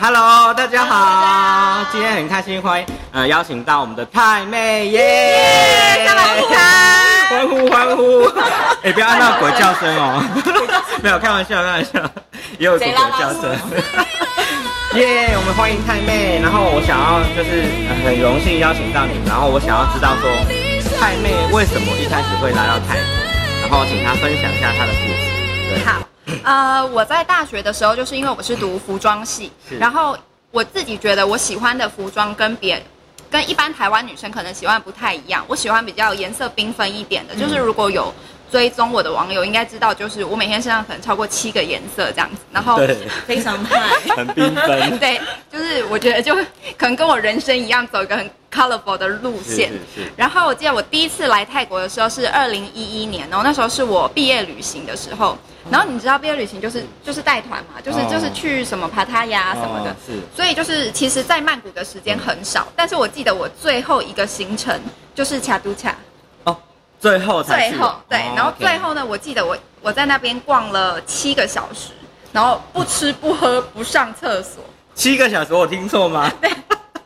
Hello，大家好 Hello，大家好今天很开心，欢迎呃邀请到我们的太妹耶，大家好欢呼欢 呼，哎、不要按到鬼叫声哦，没有开玩笑开玩笑，也有一股鬼叫声， 耶我们欢迎太妹，然后我想要就是、呃很荣幸邀请到你，然后我想要知道说太妹为什么一开始会来到台北，然后请她分享一下她的故事，对，好，呃，我在大学的时候，就是因为我是读服装系是，然后我自己觉得我喜欢的服装跟别跟一般台湾女生可能喜欢不太一样，我喜欢比较颜色缤纷一点的，嗯就是如果有。追踪我的网友应该知道，就是我每天身上可能超过七个颜色这样子，然后对，非常派，哦很缤纷。 对，就是我觉得就可能跟我人生一样，走一个很 colorful 的路是线。是是然后我记得我第一次来泰国的时候是二零一一年哦，那时候是我毕业旅行的时候。然后你知道毕业旅行就是就是带团嘛，就是、哦就是去什么帕塔呀啊什么的。哦是所以就是，其实，在曼谷的时间很少，嗯但是我记得我最后一个行程就是恰都恰，哦，最后才最是后对哦，然后 OK 最后呢，我记得我我在那边逛了七个小时，然后不吃不喝不上厕所，七个小时，我听错 吗？哦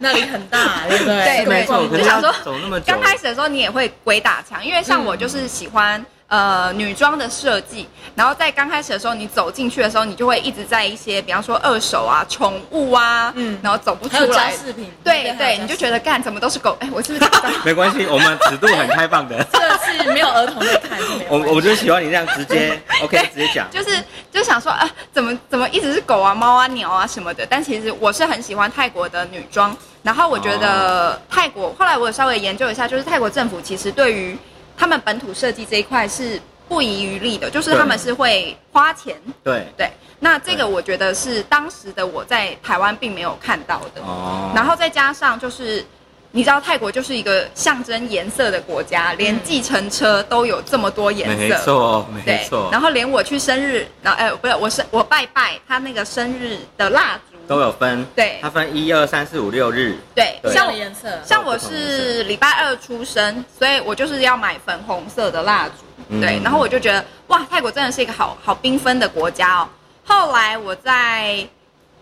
那里很大，对不对？对这个没错状可是况就要想说走那么久，刚开始的时候你也会鬼打墙，因为像我就是喜欢、嗯呃女装的设计，然后在刚开始的时候你走进去的时候，你就会一直在一些比方说二手啊、宠物啊，嗯然后走不还出有家来。饰品，对还有对，家你就饰觉得干怎么都是狗，哎，我是不是打到没关 系，我们尺度很开放的。这个是没有儿童会看，是没有我关系我就喜欢你这样直接，OK，直接讲。就是就想说啊、怎么怎么一直是狗啊、猫啊、鸟啊什么的。但其实我是很喜欢泰国的女装，然后我觉哦得泰国、后来我有稍微研究一下，就是泰国政府其实对于他们本土设计这一块是不遗余力的，就是对他们是会花钱。对，对，那这对个我觉得是当时的我在台湾并没有看到的。哦然后再加上就是，你知道泰国就是一个象征颜色的国家，连嗯计程车都有这么多颜色。没错， 没对错，，然后连我去生日，然后哎、不是我生我拜拜他那个生日的蜡烛，都有分。对它分一二三四五六日。对，对像像我颜色，像我是礼拜二出生，所以我就是要买粉红色的蜡烛，对，嗯然后我就觉得哇，泰国真的是一个好好缤纷的国家哦。后来我在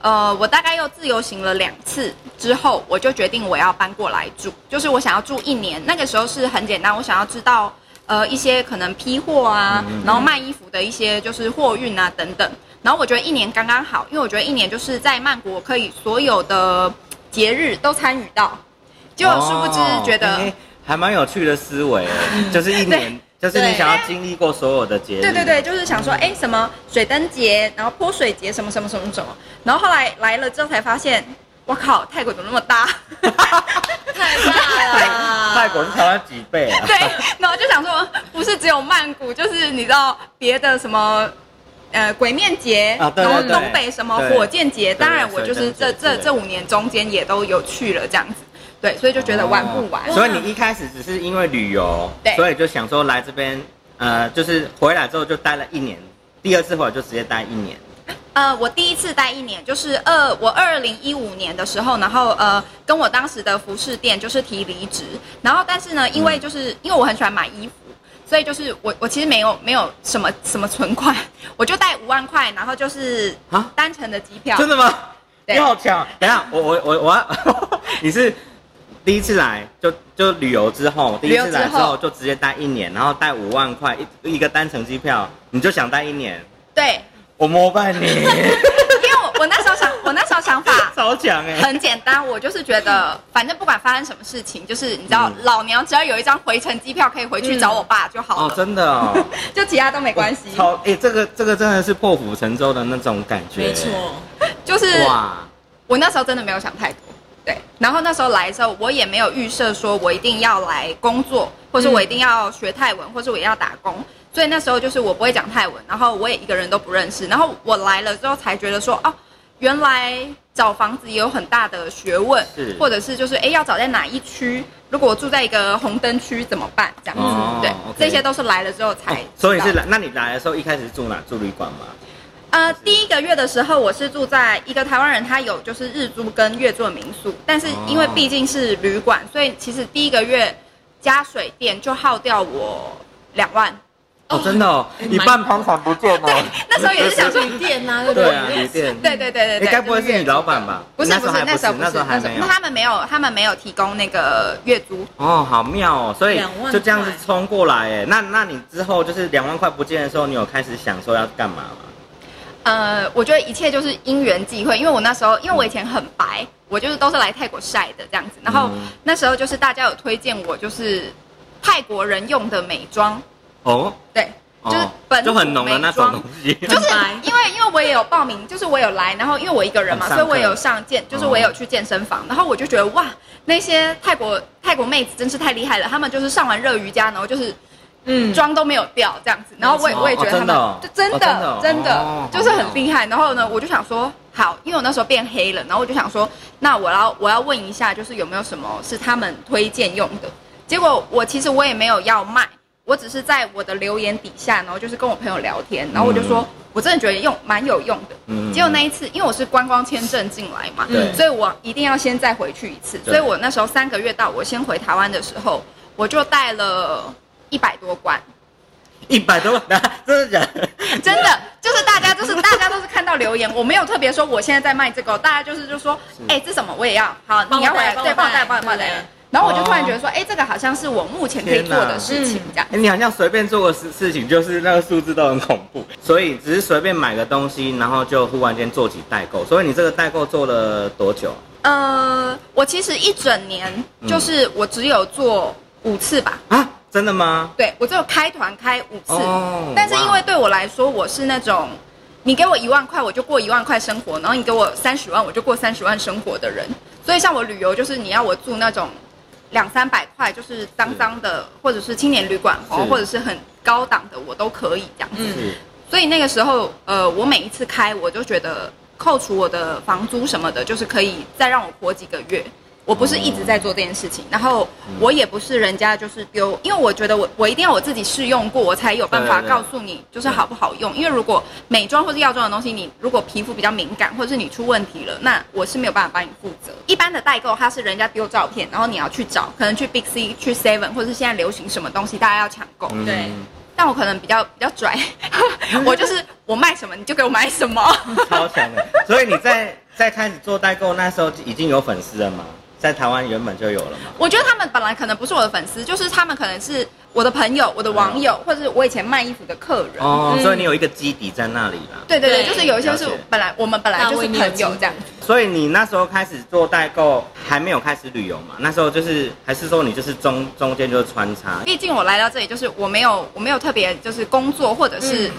呃，我大概又自由行了两次之后，我就决定我要搬过来住，就是我想要住一年。那个时候是很简单，我想要知道呃一些可能批货啊，嗯然后卖衣服的一些就是货运啊等等。然后我觉得一年刚刚好，因为我觉得一年就是在曼谷我可以所有的节日都参与到，结果殊不知哦觉得、哎还蛮有趣的思 维，就是一年，就是你对想要经历过所有的节日。对对对，就是想说，哎、什么水灯节，然后泼水节，什么什么什么什么，然后后来来了之后才发现，我靠，泰国怎么那么大？太大了，泰国是台湾几倍啊？对，然后就想说，不是只有曼谷，就是你知道别的什么。呃，鬼面节，啊对对然后对东北什么对火箭节，对当然我就是水灯这节这对这五年中间也都有去了这样子，对，所以就觉得玩不完。哦所以你一开始只是因为旅游，对所以就想说来这边，呃，就是回来之后就待了一年，第二次回来就直接待一年。呃，我第一次待一年，就是二我二零一五年的时候，然后呃，跟我当时的服饰店就是提离职，然后但是呢，因为嗯就是、因为我很喜欢买衣服，所以就是我我其实没有没有什么什么存款，我就带五万块，然后就是啊单程的机票，真的吗？对你好强！等一下，我我我我要， 你是第一次来就就旅游之后，第一次来之旅游之后后就直接待一年，然后带五万块一一个单程机票，你就想待一年？对，我膜拜 你，因为我我那时 候想我那时候想法超强哎、很简单，我就是觉得， 反正不管发生什么事情，就是你知道，嗯老娘只要有一张回程机票可以回去找我爸就好哦，了，真的哦，就其他都 没关系，超哎、这个这个真的是破釜沉舟的那种感觉，没错，，就是哇，我那时候真的没有想太多，对。然后那时候来的时候，我也没有预设说我一定要来工作，或是我一定要学泰文，或是我一定要打工。所以那时候就是我不会讲泰文，然后我也一个人都不认识。然后我来了之后才觉得说，哦，原来找房子也有很大的学问是，或者是就是哎要找在哪一区，如果我住在一个红灯区怎么办？这样子，哦对 OK 这些都是来了之后才、哦所以是。来，那你来的时候一开始住哪？住旅馆吗？呃，第一个月的时候，我是住在一个台湾人，他有就是日租跟月租的民宿，但是因为哦毕竟是旅馆，所以其实第一个月加水电就耗掉我两万，哦，真的哦，一半房产不见哦。哎那时候也是想说，旅店啊，对不对啊，旅店。对对对对你对，该不会是你老板吧？不是不是那那时时候候还不那时候那还时没候有那。他们没有他们没有提供那个月租，哦，好妙哦！所以两万就这样子冲过来，哎，那那你之后就是两万块不见的时候，你有开始想说要干嘛吗？呃，我觉得一切就是因缘际会，因为我那时候，因为我以前很白，我就是都是来泰国晒的这样子。然后嗯那时候就是大家有推荐我，就是泰国人用的美妆，哦，对，哦就是本土就很浓的那种美妆东西，就是很白因为因为我也有报名，就是我有来，然后因为我一个人嘛，很上所以课哦我有上健，就是我有去健身房，然后我就觉得哇，那些泰国泰国妹子真是太厉害了，她们就是上完热瑜伽，然后就是嗯，妆都没有掉这样子，然后我也没错我也觉得他们哦就真真的哦的哦真真的哦的就是很厉害。然后呢，我就想说，好，因为我那时候变黑了，然后我就想说，那我要我要问一下，就是有没有什么是他们推荐用的？结果我其实我也没有要卖，我只是在我的留言底下，然后就是跟我朋友聊天，然后我就说，嗯我真的觉得用蛮有用的。嗯结果那一次，因为我是观光签证进来嘛，对所以我一定要先再回去一次。对所以我那时候三个月到，我先回台湾的时候，我就带了一百多罐， 一百多万，真的假的？真的就是大家就是大家都是看到留言，我没有特别说我现在在卖这个，大家就是就说，哎、这什么我也要，好，帮我你要回来，带对，帮帮我带我带，帮我带对对。然后我就突然觉得说，哎、这个好像是我目前可以做的事情天，哪这样。哎、你好像随便做个事事情，就是那个数字都很恐怖，所以只是随便买个东西，然后就忽然间做起代购。所以你这个代购做了多久？呃，我其实一整年就是我只有做五次吧，啊，真的吗？对我只有开团开五次，哦但是因哇为对我来说，我是那种你给我一万块我就过一万块生活，然后你给我三十万我就过三十万生活的人，所以像我旅游就是你要我住那种两三百块就是脏脏的，或者是青年旅馆哦，是或者是很高档的我都可以这样子。嗯是所以那个时候，呃，我每一次开我就觉得扣除我的房租什么的，就是可以再让我活几个月。我不是一直在做这件事情，然后我也不是人家就是丢，因为我觉得我我一定要我自己试用过，我才有办法对对对告诉你就是好不好用。因为如果美妆或是药妆的东西，你如果皮肤比较敏感，或者是你出问题了，那我是没有办法帮你负责。一般的代购它是人家丢照片，然后你要去找，可能去 Big C、去 Seven，或者是现在流行什么东西，大家要抢购。嗯对但我可能比较比较拽， 我就是我卖什么你就给我买什么。 超强的。所以你在在开始做代购那时候已经有粉丝了吗？在台湾原本就有了吗？我觉得他们本来可能不是我的粉丝，就是他们可能是我的朋友、我的网友，或者是我以前卖衣服的客人。哦，嗯所以你有一个基底在那里啦。对对对，对就是有一些是了解本来我们本来就是朋友这样。所以你那时候开始做代购，还没有开始旅游嘛？那时候就是还是说你就是中中间就是穿插，毕竟我来到这里，就是我没有我没有特别就是工作或者是、嗯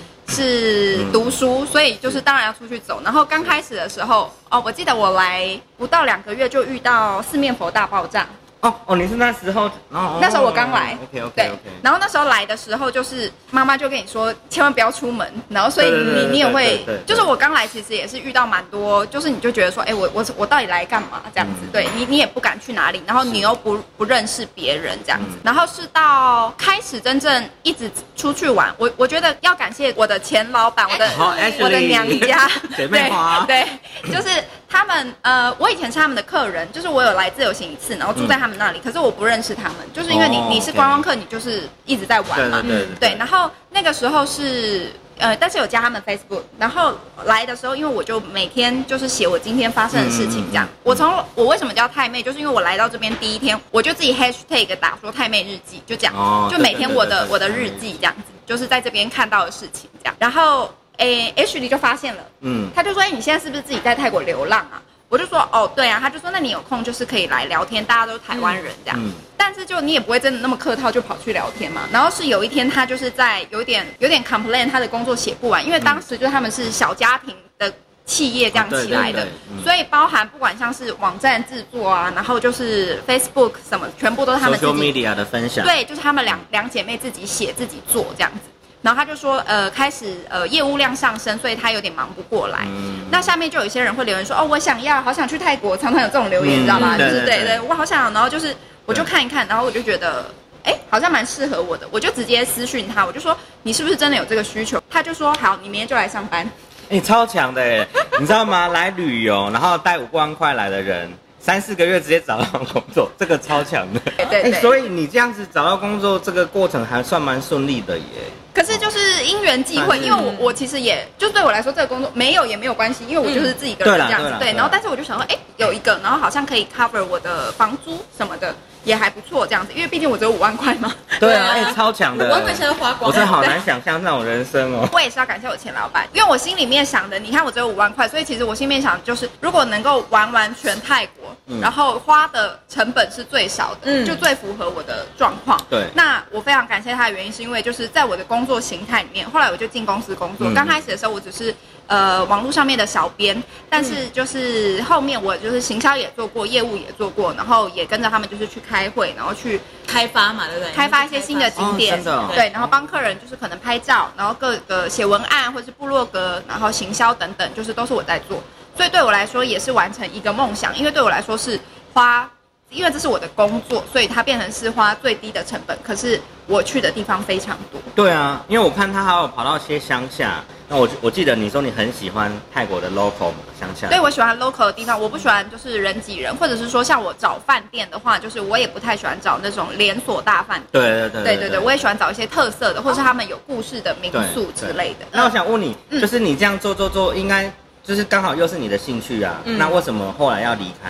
是读书，所以就是当然要出去走。然后刚开始的时候，哦，我记得我来不到两个月就遇到四面佛大爆炸。哦哦，你是那时候，哦，那时候我刚来，OK OK 对 OK，，然后那时候来的时候，就是妈妈就跟你说，千万不要出门。然后所以对对对你你也对会对对，就是我刚来其实也是遇到蛮多，就是你就觉得说，哎，我我我到底来干嘛这样子嗯？对你你也不敢去哪里，然后你是又不不认识别人这样子嗯。然后是到开始真正一直出去玩，我我觉得要感谢我的前老板，我的嗯好，Ashley，哦我的娘家 姐妹花，对，对，就是他们呃，我以前是他们的客人，就是我有来自由行一次，然后住在他们那里，嗯可是我不认识他们，就是因为你、哦你是 OK 观光客，你就是一直在玩嘛，对对对对，然后那个时候是呃，但是有加他们 Facebook，然后来的时候，因为我就每天就是写我今天发生的事情这样。嗯嗯嗯我从我为什么叫太妹，就是因为我来到这边第一天，我就自己 hashtag 打说太妹日记，就这样，哦就每天我的对对对对我的日记这样子，就是在这边看到的事情这样。然后诶，H 里就发现了。嗯，他就说：“哎、你现在是不是自己在泰国流浪啊？”我就说：“哦，对啊。”他就说：“那你有空就是可以来聊天，大家都是台湾人这样。嗯嗯但是就你也不会真的那么客套就跑去聊天嘛。然后是有一天他就是在有点有点 complain 他的工作写不完，因为当时就他们是小家庭的企业这样起来的，啊对对对嗯所以包含不管像是网站制作啊，然后就是 Facebook 什么，全部都是他们自 social 己 media 的分享，，对，就是她们两嗯两姐妹自己写自己做这样子。然后她就说，呃，开始呃业务量上升，所以她有点忙不过来。嗯那下面就有一些人会留言说，哦，我想要，好想去泰国，常常有这种留言，嗯你知道吗？对就是对对对对，我好想，然后就是我就对看一看，然后我就觉得。哎，好像蛮适合我的，我就直接私讯他，我就说你是不是真的有这个需求？他就说好，你明天就来上班。 哎、超强的耶，你知道吗？来旅游，然后带五万块来的人，三四个月直接找到工作，这个超强的。对对哎对所以你这样子找到工作，这个过程还算蛮顺利的耶。可是就是因缘际会，嗯因为我我其实也就对我来说这个工作没有也没有关系，因为我就是自己一嗯个对人啦这样对子啦对对。啦然后但是我就想说，哎，有一个，然后好像可以 cover 我的房租什么的，也还不错这样子，因为毕竟我只有五万块嘛。对啊啊，哎、超强的。我完全现在花光我真了。好难想象那种人生哦。我也是要感谢我前老板，因为我心里面想的，你看我只有五万块，所以其实我心里面想的就是，如果能够玩完全泰国，嗯然后花的成本是最少的，嗯就最符合我的状况。对那我非常感谢他的原因，是因为就是在我的工作形态里面，后来我就进公司工作，嗯刚开始的时候我只是。呃，网络上面的小编，但是嗯就是后面我就是行销也做过，业务也做过，然后也跟着他们就是去开会，然后去开发嘛，对不对？开发一些新的景哦点，真的哦对，然后帮客人就是可能拍照，然后各个写文案或者是部落格，然后行销等等，就是都是我在做，所以对我来说也是完成一个梦想，因为对我来说是花，因为这是我的工作，所以它变成是花最低的成本，可是我去的地方非常多，对啊，因为我看他还有跑到一些乡下，那我我记得你说你很喜欢泰国的 local 嘛，乡下。所以我喜欢 local 的地方，我不喜欢就是人挤人，或者是说像我找饭店的话，就是我也不太喜欢找那种连锁大饭店。对对对对对对，我也喜欢找一些特色的，或者是他们有故事的民宿对之类的。那我想问你，嗯就是你这样做做做，应该就是刚好又是你的兴趣啊，嗯那为什么后来要离开？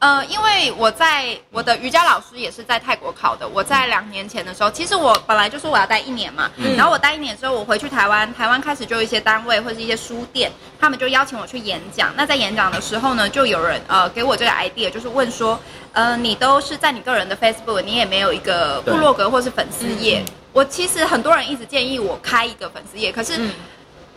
呃，因为我在我的瑜伽老师也是在泰国考的。我在两年前的时候，其实我本来就说我要待一年嘛，嗯然后我待一年之后，我回去台湾，台湾开始就有一些单位或是一些书店，他们就邀请我去演讲。那在演讲的时候呢，就有人呃给我这个 idea，就是问说，呃，你都是在你个人的 Facebook，你也没有一个对部落格或是粉丝页嗯。我其实很多人一直建议我开一个粉丝页，可是嗯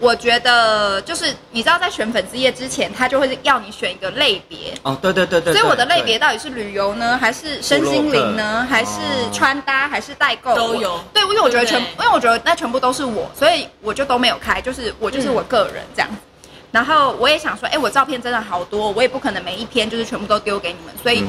我觉得就是你知道，在选粉丝页之前，他就会要你选一个类别，哦，对对对对所以我的类别对到底是旅游呢，还是身心灵呢，还是穿搭，还是代购？都有我对，因为我觉得全，对不因为我觉得那全部都是我，所以我就都没有开，就是我嗯就是我个人这样子。然后我也想说，哎，我照片真的好多，我也不可能每一篇就是全部都丢给你们，所以嗯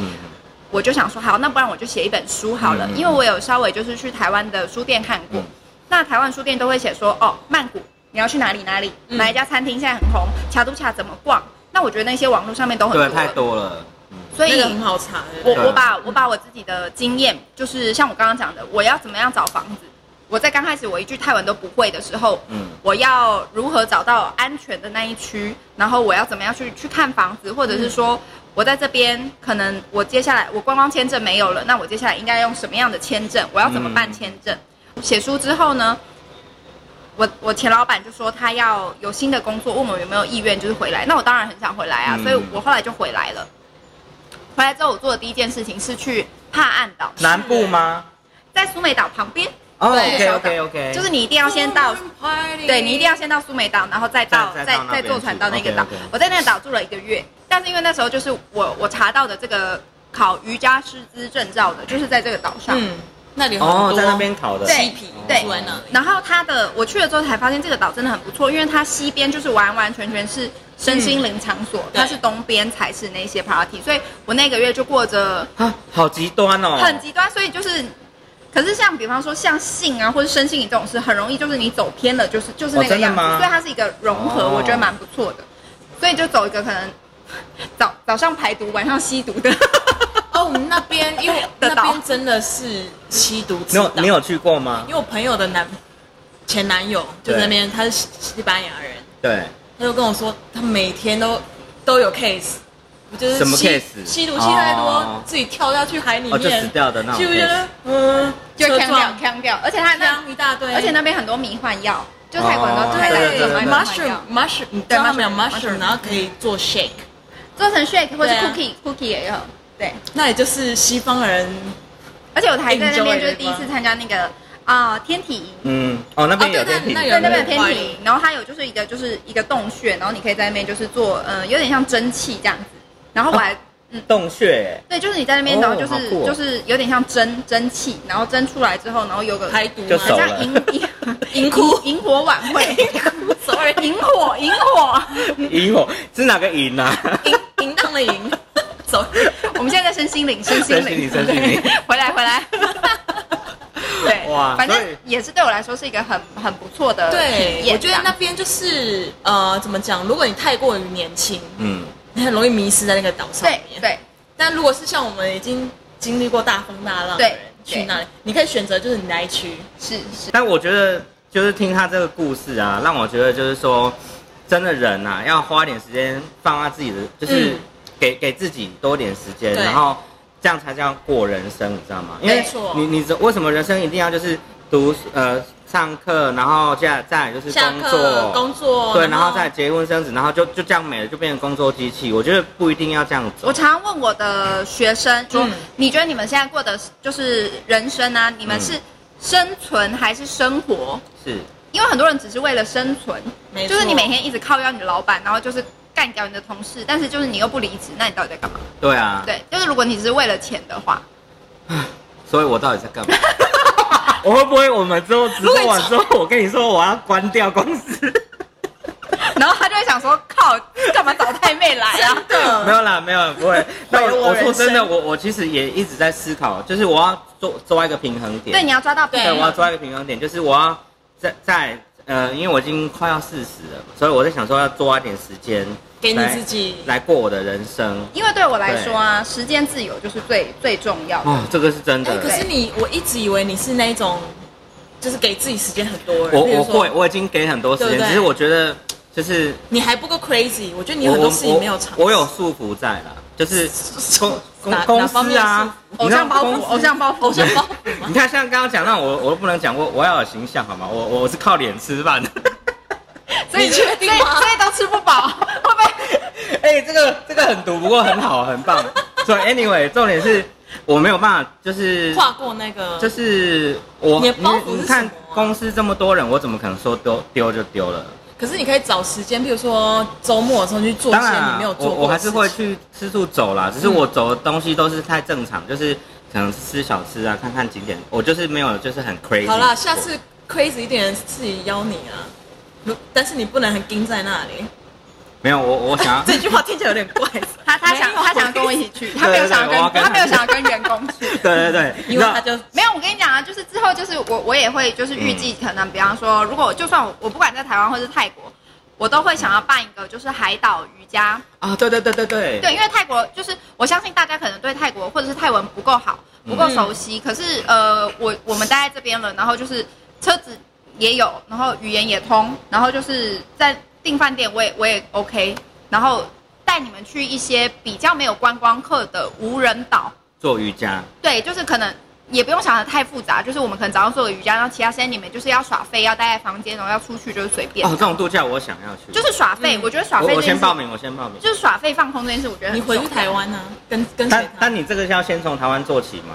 我就想说，好，那不然我就写一本书好了，嗯嗯嗯因为我有稍微就是去台湾的书店看过，嗯那台湾书店都会写说，哦，曼谷你要去哪里哪里，嗯哪一家餐厅现在很红，卡都卡怎么逛？那我觉得那些网络上面都很多对了，太多了，嗯所以那个很好查，对不我对对我把我把我自己的经验，就是像我刚刚讲的，我要怎么样找房子？我在刚开始我一句泰文都不会的时候，嗯我要如何找到安全的那一区？然后我要怎么样去去看房子，或者是说我在这边可能我接下来我观光签证没有了，那我接下来应该用什么样的签证？我要怎么办嗯签证？写书之后呢？我我前老板就说他要有新的工作，问我有没有意愿，就是回来。那我当然很想回来啊，嗯所以我后来就回来了。回来之后，我做的第一件事情是去帕岸岛，南部吗？在苏梅岛旁边，哦，OK 对 OK OK，就是你一定要先到，对你一定要先到苏梅岛，然后再到再再再到那再边坐船到那去个岛 OK，OK。我在那个岛住了一个月，但是因为那时候就是我我查到的这个考瑜伽师资证照的，就是在这个岛上。嗯，那里很多哦，在那边考的，对嬉皮对住在那里，然后它的我去了之后才发现这个岛真的很不错，因为它西边就是完完全全是身心灵场所，嗯对它是东边才是那些 party，所以我那个月就过着啊，好极端哦，很极端，所以就是。可是像比方说像性啊，或者身心灵这种事，很容易就是你走偏了，就是就是那哦个真的样子，吗所以它是一个融合，哦我觉得蛮不错的。所以就走一个可能早早上排毒，晚上吸毒的。哦，我们那边因为得那到边真的是吸毒之你有岛。你有去过吗因？为我朋友的男前男友就对在那边，他是西西班牙人，对，他就跟我说，他每天都都有 case，我就是什么吸 case？吸毒吸太多，哦自己跳下去海里哦，就面，死掉的那种就觉 case。得嗯，就车呛掉撞，呛掉，而且它那呛一大堆，而且那边很多迷幻药，就泰国很多哦泰国对对对很对多迷幻 mushroom 药， mushroom，你知道他们有 mushroom， mushroom， mushroom 然后可以做 shake，做成 shake 或是对啊 cookie cookie 也有。对，那也就是西方人而且我还在那边 Enjoy 就是第一次参加那个啊天体营。嗯，哦，那边哦有对天体，那对，那边有有天那个体营，然后它有就是一个就是一个洞穴，然后你可以在那边就是做，呃，有点像蒸汽这样子。然后我还，嗯洞穴，对，就是你在那边，哦然后啊就是、好酷哦就是有点像蒸蒸汽，然后蒸出来之后，然后有个排毒就嘛熟很了像 萤 萤银窟萤火晚 会， ，sorry，萤火萤火。萤火是哪个萤啊？ 银淫荡的银，sorry， 我们现在在身心灵，身心灵，身心灵身心灵对 回来回来。对，哇反正所以也是对我来说是一个很很不错的呃体对，验我觉得这那样边就是呃，怎么讲？如果你太过于年轻，嗯，你很容易迷失在那个岛上对面。对，但如果是像我们已经经历过大风大浪的人，对对去那里，你可以选择就是你那一区，是是，但我觉得就是听他这个故事啊，让我觉得就是说，真的人呐、要花点时间放在自己的，就是嗯给、给自己多点时间，对然后这样才叫过人生，你知道吗？因为没错你你为什么人生一定要就是读呃上课，然后接下来再来就是下工课作。工作，对，然后 再结婚生子，然后就就这样没了，就变成工作机器。我觉得不一定要这样走我。常常问我的学生说：“嗯你觉得你们现在过的就是人生啊？你们是生存还是生活？是，因为很多人只是为了生存，没错就是你每天一直靠要你的老板，然后就是干掉你的同事，但是就是你又不离职，那你到底在干嘛？对啊。对，就是如果你只是为了钱的话， 所以我到底在干嘛？ 我会不会我们之后直播完之后，我跟你说我要关掉公司？然后他就会想说：靠，干嘛找太妹来啊？没有啦，没有，不 会。那毁了我嗯我我说人生真的，我我其实也一直在思考，就是我要做抓一个平衡点。对，你要抓到平对，我要衡。抓一个平衡点，就是我要在在呃，因为我已经快要四十了，所以我在想说要抓一点时间给你来自己来过我的人生。因为对我来说啊，时间自由就是最最重要的。哦，这个是真哎、的。可是你，我一直以为你是那种，就是给自己时间很多人。我比如我说会，我已经给很多时对间，不对只是我觉得就是你还不够 crazy。我觉得你我很多我事情没有尝试。我我有束缚在啦， 就是公公哪公哪方司面的啊，偶你知道像包公袱，司偶像包袱，偶像包袱吗 你看，像刚刚讲到我，我都不能讲我我要有形象好吗？我我是靠脸吃饭的。 所以你确定所以吗所以都吃不饱，会不会？哎、这个这个很毒，不过很好，很棒。所以 anyway，重点是我没有办法，就是跨过那个，就是是我你的包袱你是看什么啊公司这么多人，我怎么可能说丢丢就丢了？可是你可以找时间，譬如说周末的时候去做一当些然你啊没有，做我过我还是会的事情。去四处走啦，只是嗯我走的东西都是太正常，就是可能吃小吃啊，看看景点，我就是没有就是很 crazy。好啦，下次 crazy 一点的自己邀你啊，如但是你不能很盯在那里。没有我我 想要这句话听起来有点怪。他他想没有他想要跟我一起去，他没有想要对对对我要跟跟他他没有想要跟员工去。对对对，因为他就 没有，我跟你讲啊，就是之后就是我我也会就是预计嗯可能，比方说，如果我就算我我不管在台湾或是泰国，我都会想要办一个就是海岛瑜伽。啊，对对对对对，对，因为泰国就是我相信大家可能对泰国或者是泰文不够好，不嗯够熟悉。可是呃，我我们待在这边了，然后就是车子也有，然后语言也通，然后就是在订饭店我也我也 OK，然后带你们去一些比较没有观光客的无人岛，做瑜伽，对，就是可能。也不用想的太复杂，就是我们可能早上做个瑜伽，然后其他时间你们就是要耍废，要待在房间，然后要出去就是随便，哦，这种度假我想要去，就是耍废。嗯我觉得耍废我这我件先事报，名，我先报名。就是耍废放空这件事，我觉得很你回去重要台湾啊，跟跟但随他。但你这个是要先从台湾做起吗？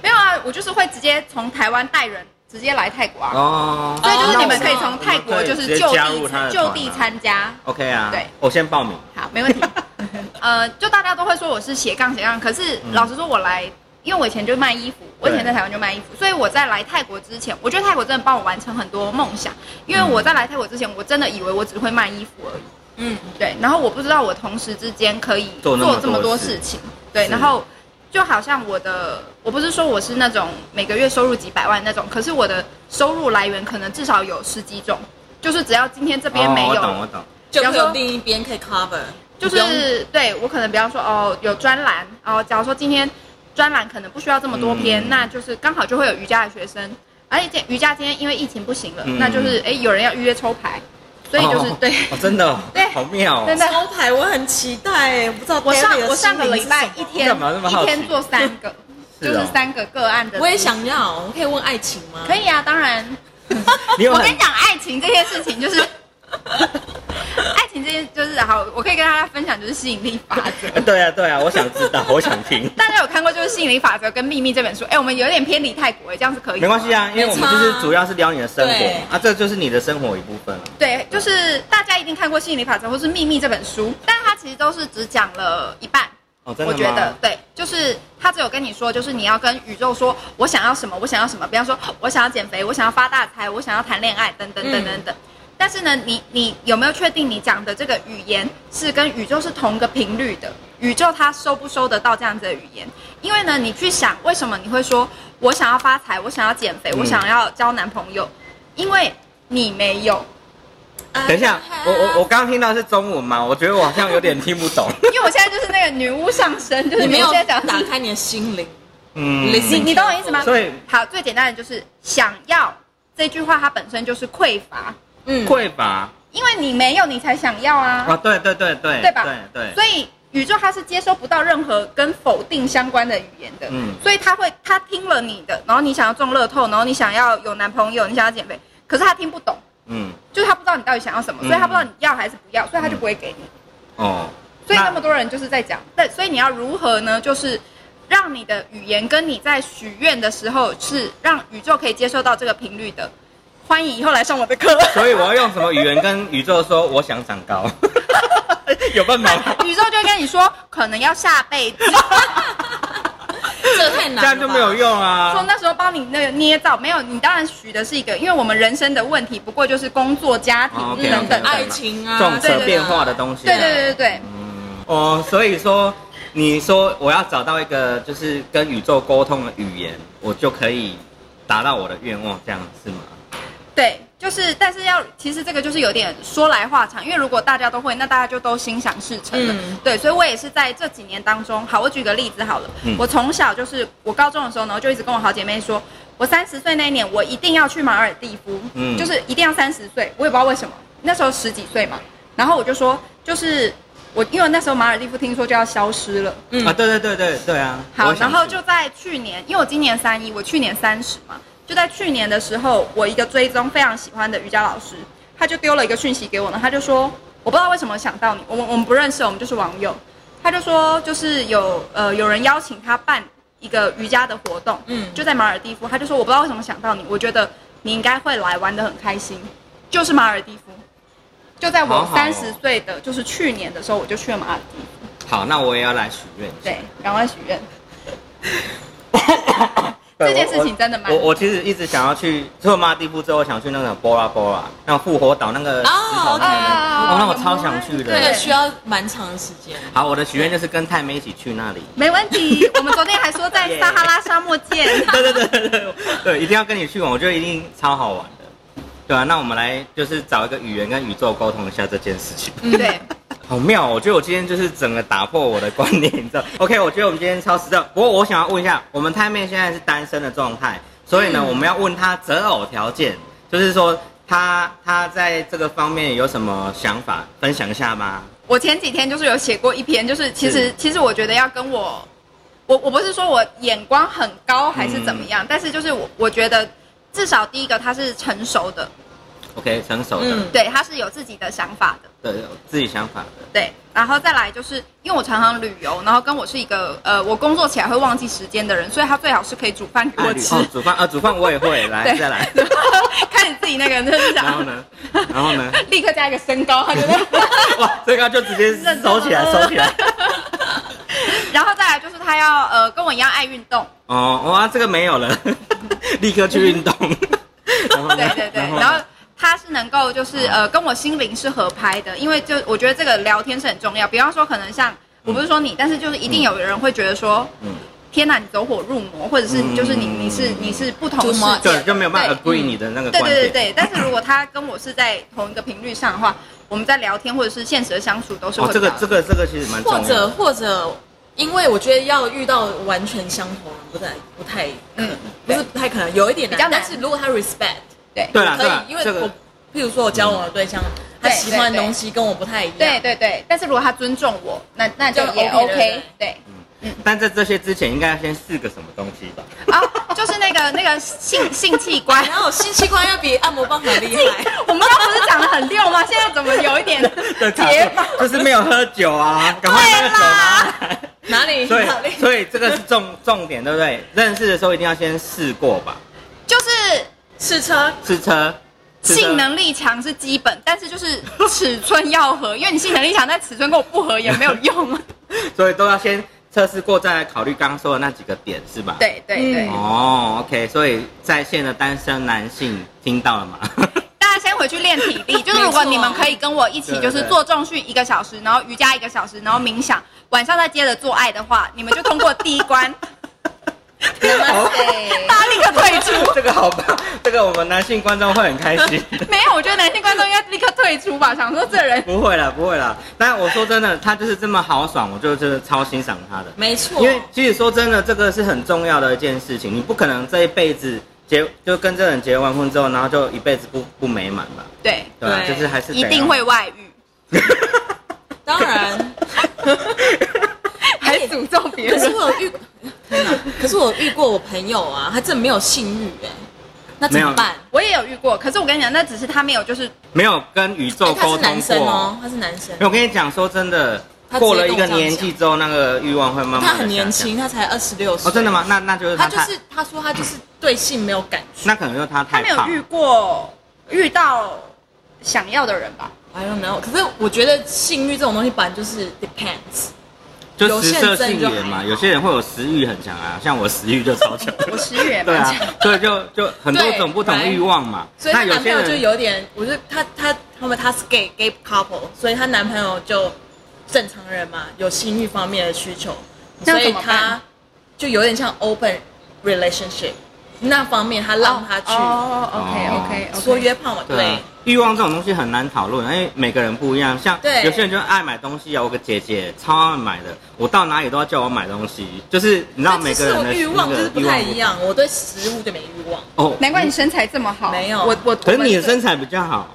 没有啊，我就是会直接从台湾带人直接来泰国啊，哦，所以就是你们可以那我从泰国我们可以就直接是就加入他的地团啊就地参加， OK 啊，对，我先报名。好，没问题。呃，就大家都会说我是斜杠斜杠，可是嗯老实说，我来，因为我以前就卖衣服，我以前在台湾就卖衣服，所以我在来泰国之前，我觉得泰国真的帮我完成很多梦想，因为我在来泰国之前，我真的以为我只会卖衣服而已。嗯，对，然后我不知道我同时之间可以做做那么这么多多事事情，对，是然后就好像我的，我不是说我是那种每个月收入几百万那种，可是我的收入来源可能至少有十几种，就是只要今天这边没哦，我有，懂我懂。就然会后有另一边可以 cover，就你不用是对我可能比方说哦有专栏，哦假如说今天专栏可能不需要这么多篇，嗯那就是刚好就会有瑜伽的学生，而且今瑜伽今天因为疫情不行了，嗯那就是哎有人要预约抽牌，所以就是、哦对。哦真的哦，对好妙哦真。的招牌我很期待，我不知道我 David 上的我上个心灵礼是拜什一么天干嘛那么好奇一天做三个， 是就哦是三个个案的。我也，想要，我可以问爱情吗？可以啊，当然。你有我很跟你讲，爱情这件事情就是， 爱情这件就是好，我可以跟大家分享就是吸引力法 则。对啊对啊，我想知道，我想 听。大家有看过就是《吸引力法则》跟《秘密》这本书？哎，我们有点偏离泰国，哎这样是可以。没关系。啊，因为我们就是没差啊主要是聊你的生活对嘛啊，这就是你的生活一部分啊。对，就是大家一定看过《吸引力法则》或是《秘密》这本书，但它其实都是只讲了一半。哦，真的我吗？觉得对，就是他只有跟你说，就是你要跟宇宙说，我想要什么，我想要什么。比方说，我想要减肥，我想要发大财，我想要谈恋爱，等等等等嗯等等。但是呢，你你有没有确定你讲的这个语言是跟宇宙是同个频率的？宇宙它收不收得到这样子的语言？因为呢，你去想为什么你会说我想要发财，我想要减肥，嗯我想要交男朋友，因为你没有。等一 下，我我我刚刚听到是中文嘛，我觉得我好像有点听不 懂。因为我现在就是那个女巫上身，就是你没我有现在讲打开你的心灵，嗯，你你懂我意思吗？所以好，最简单的就是想要这句话，它本身就是匮乏，嗯，会吧？因为你没有，你才想要啊，啊，对对对对，对吧对对，所以宇宙它是接收不到任何跟否定相关的语言的，嗯所以他会他听了你的，然后你想要中乐透，然后你想要有男朋友，你想要减肥，可是他听不懂，嗯，就是他不知道你到底想要什么，嗯所以他不知道你要还是不要，所以他就不会给你。哦，所以那那么多人就是在讲，对，所以你要如何呢？就是让你的语言跟你在许愿的时候是让宇宙可以接受到这个频率的。欢迎以后来上我的课，所以我要用什么语言跟宇宙说我想长 高？有办法吗？宇宙就会跟你说可能要下辈子， 这太难了吧，这样就没有用说啊。那时候帮你那个捏造，没有，你当然许的是一个，因为我们人生的问题不过就是工作、家庭哦，OK，等等。嗯爱情啊，众对蛇对变化的东西、啊对对对对对，嗯，哦，所以说，你说我要找到一个就是跟宇宙沟通的语言，我就可以达到我的愿望，这样是吗？对，就是，但是要其实这个就是有点说来话长，因为如果大家都会，那大家就都心想事成了。嗯对，所以我也是在这几年当中，好，我举个例子好了，嗯我从小就是我高中的时候呢，就一直跟我好姐妹说，我三十岁那一年我一定要去马尔蒂夫，嗯就是一定要三十岁，我也不知道为什么，那时候十几岁嘛，然后我就说，就是我因为那时候马尔蒂夫听说就要消失了。嗯啊，对对对对对啊。好我，想然后去就在去年，因为我今年三一，我去年三十嘛，就在去年的时候，我一个追踪非常喜欢的瑜伽老师，他就丢了一个讯息给我呢，他就说，我不知道为什么想到你，我们我们不认识，我们就是网友，他就说就是有呃有人邀请他办一个瑜伽的活动，嗯就在马尔蒂夫，他就说我不知道为什么想到你，我觉得你应该会来玩的很开心，就是马尔蒂夫。就在好我好哦三十岁的，就是去年的时候，我就去了马尔蒂夫，好，那我也要来许愿。 对，赶快许愿。这件事情真的蛮我我我其实一直想要去，除了马尔地夫之后，我想去那个波拉波拉，那个复活岛那个石头哦那个。啊哦那我超想去的那个对，需要蛮长的时间。好，我的许愿就是跟太妹一起去那里。没问 题。我们昨天还说在 Yeah 撒哈拉沙漠见。 对对对对对对，一定要跟你去玩，我觉得一定超好玩的。对啊，那我们来就是找一个语言跟宇宙沟通一下这件事情， 嗯对，好妙哦、我觉得我今天就是整个打破我的观念，你知道？OK，我觉 得我们今天超时尚。不过我想要问一下，我们太妹现在是单身的状态，所以呢，嗯我们要问她择偶条件，就是说她她在这个方面有什么想法，分享一下吗？我前几天就是有写过一篇，就是其实是其实我觉得要跟我，我我不是说我眼光很高还是怎么嗯样，但是就是我我觉得至少第一个他是成熟的， OK，成熟的，嗯对，他是有自己的想法的。对，有自己想法的，对，然后再来就是因为我常常旅游，然后跟我是一个呃，我工作起来会忘记时间的人，所以他最好是可以煮饭给我侣吃。哦，煮饭啊，煮饭我也会，来 对再来，看你自己那个，就是然后想呢，然后呢， 立刻加一个身高，他觉得， 哇，这个就直接收起来，收起 来。然后再来就是他要呃跟我一样爱运动，哦，哇，这个没有了， 立刻去 运动。哦然后呢嗯对对对，然后他是能够就是呃跟我心灵是合拍的，因为就我觉得这个聊天是很重要。比方说可能像我不是说你，但是就是一定有人会觉得说，嗯天哪，你走火入魔，或者是嗯就是你你是你是不同琢世磨界对的，就没有办法对 agree 你的那个对观对对点。对，但是如果他跟我是在同一个频率上的话，我们在聊天或者是现实的相处都是哦，会这比个较这个这个其实蛮重或要者的。或者，因为我觉得要遇到完全相同人，不太不太可能嗯，不是不太可能，有一点比较难。难但是如果他 respect，对对啦可对啦，以，因为这我个譬如说我交往的对象，他对喜欢的对对东西跟我不太一样，对对对，但是如果他尊重我，那那就就也 OK 了 OK，对。但在这些之前应该要先试个什么东西 吧？啊，就是那个那个性性器官。然后性器官要比按摩棒还厉害。 我们刚刚不是讲的很溜吗？现在怎么有一点 对，卡结巴？住就是没有喝酒 啊，赶快那个酒拿来。哪 里？所哪里以？所以这个是重重点，对不对？认识的时候一定要先试过吧，就是试 车试车。试车性能力强是基本，但是就是尺寸要合，因为你性能力强，但尺寸跟我不合也没有用。所以都要先测试过，再来考虑刚刚说的那几个点，是吧？。 对对对，嗯哦，OK，所以在线的单身男性听到 了吗？大家先回去练体力。就是如果没错你们可以跟我一起，对就是对做重训一个小时，然后瑜伽一个小时，然后冥想，晚上再接着做爱的话，你们就通过第一关。好， 大家立刻退出。哦这个好棒， 这个我们男性观众会很开心。 没有，我觉得男性观众应该立刻退出吧，想说 这人不会啦，不会啦。但我说真的，他就是这么豪爽，我就真的超欣赏他的。没哦错，因为其实说真的，这个是很重要的一件事情，你不可能这一辈子结就跟这个人结完婚之后，然后就一辈子不不美满嘛， 对，对吧？对就是还是得一 定会外遇，当然，还诅咒别 可是人。我有遇，天哪可是我有遇过我朋友啊，他真的没有性欲哎、那怎么办？我也有遇过，可是我跟你讲，那只是他没有，就是没有跟宇宙哎他沟是通男生过。哦，他是男生因为，我跟你讲，说真的，他直接过了一个年纪之后，那个欲望会慢慢地他很下年降轻，他才二十六岁。哦，真的？吗？那那就是他他就太是他说他就是对性没有感觉。那可能就是他他太没有胖遇。过遇到想要的人吧。 I don't know。可是我觉得性欲这种东西本来就是 depends。就食色性也有限症就嘛，还好有些人会有食欲很强啊，像我食欲就超 强。我食欲 也对蛮啊强，，所以就就很多种不同欲望嘛。所以她那有男朋些友就人有点，我就她她他们她是 gay gay couple，所以她男朋友就正常人嘛，有性欲方面的需求，所那怎以么办她就有点像 open relationship 那方面，她让她去哦，OK OK，说约炮嘛，对啊对，欲望这种东西很难讨论，因为每个人不一样。像对有些人就爱买东西啊，我有个姐姐超爱买的，我到哪里都要叫我买东西，就是你知道每但个是人我的欲望那就个是不欲太望一样，我对食物就没欲望，哦。难怪你身材这么好。没有我我可是你的我身材比较 好，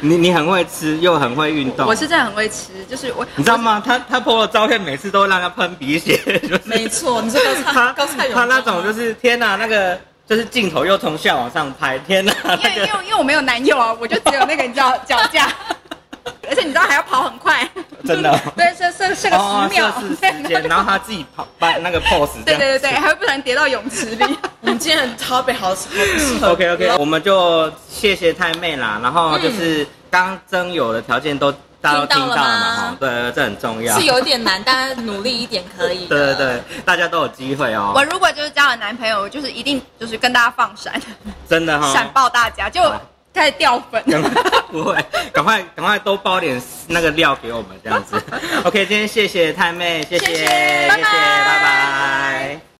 你你很会吃又很会运动。我是真的很会吃，就是我你知道吗？他他 po 的照片每次都让他喷鼻血，就是 没错，你说高他菜高菜有啊他那种就是是天哪，那个就是镜头又从下往上拍，天 哪，因那为因为个因为我没有男友啊，我就只有那个你知 道脚架，而且你知道还要跑很快，真的哦 对，射射射个十秒， 是哦时间，然后他自己跑把那个 pose 这 对对样。对对，还会不然跌到泳池里。我们今天的 topic 好 扯 OK OK，我们就谢谢太妹啦，然后就是刚征友的条件都大家都听到了嗯听到了嘛，吗哈，对，对这很重要。是有点难，大家努力一点可以对的。对对，大家都有机会 哦我，如果就是交了男朋友，我就是一定就是跟大家放闪，真的哦哈。闪爆大家，就好开始掉 粉。赶快不会，赶快赶快多包点那个料给我们这样子。OK，今天谢谢太妹，谢谢，谢谢拜拜